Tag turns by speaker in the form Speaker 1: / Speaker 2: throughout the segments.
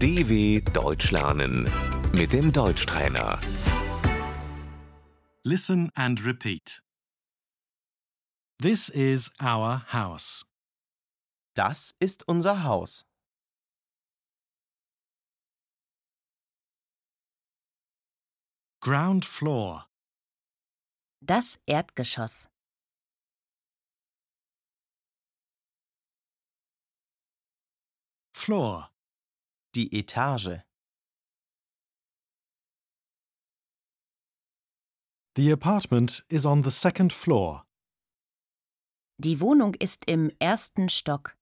Speaker 1: DW Deutsch lernen mit dem Deutschtrainer.
Speaker 2: Listen and repeat. This is our house.
Speaker 3: Das ist unser Haus.
Speaker 2: Ground floor,
Speaker 4: Das Erdgeschoss.
Speaker 2: floor,
Speaker 3: Die Etage.
Speaker 2: The apartment is on the second floor.
Speaker 4: Die Wohnung ist im ersten Stock.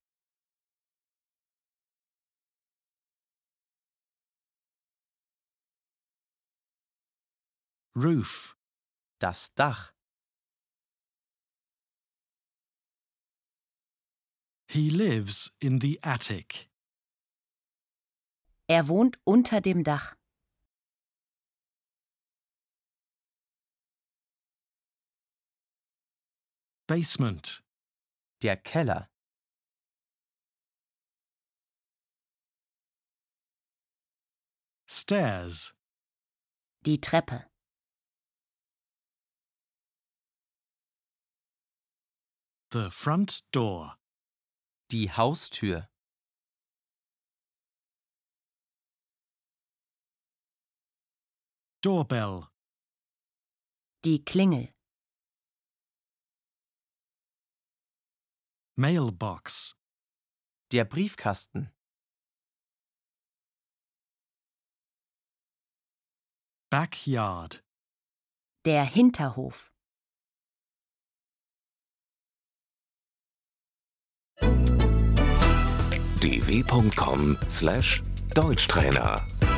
Speaker 2: Roof,
Speaker 3: Das Dach.
Speaker 2: he lives in the attic.
Speaker 4: Er wohnt unter dem Dach.
Speaker 2: Basement,
Speaker 3: Der Keller.
Speaker 2: stairs,
Speaker 4: Die Treppe.
Speaker 2: the front door,
Speaker 3: Die Haustür.
Speaker 2: doorbell,
Speaker 4: Die Klingel.
Speaker 2: mailbox,
Speaker 3: Der Briefkasten.
Speaker 2: backyard,
Speaker 4: Der Hinterhof.
Speaker 1: dw.com/deutschtrainer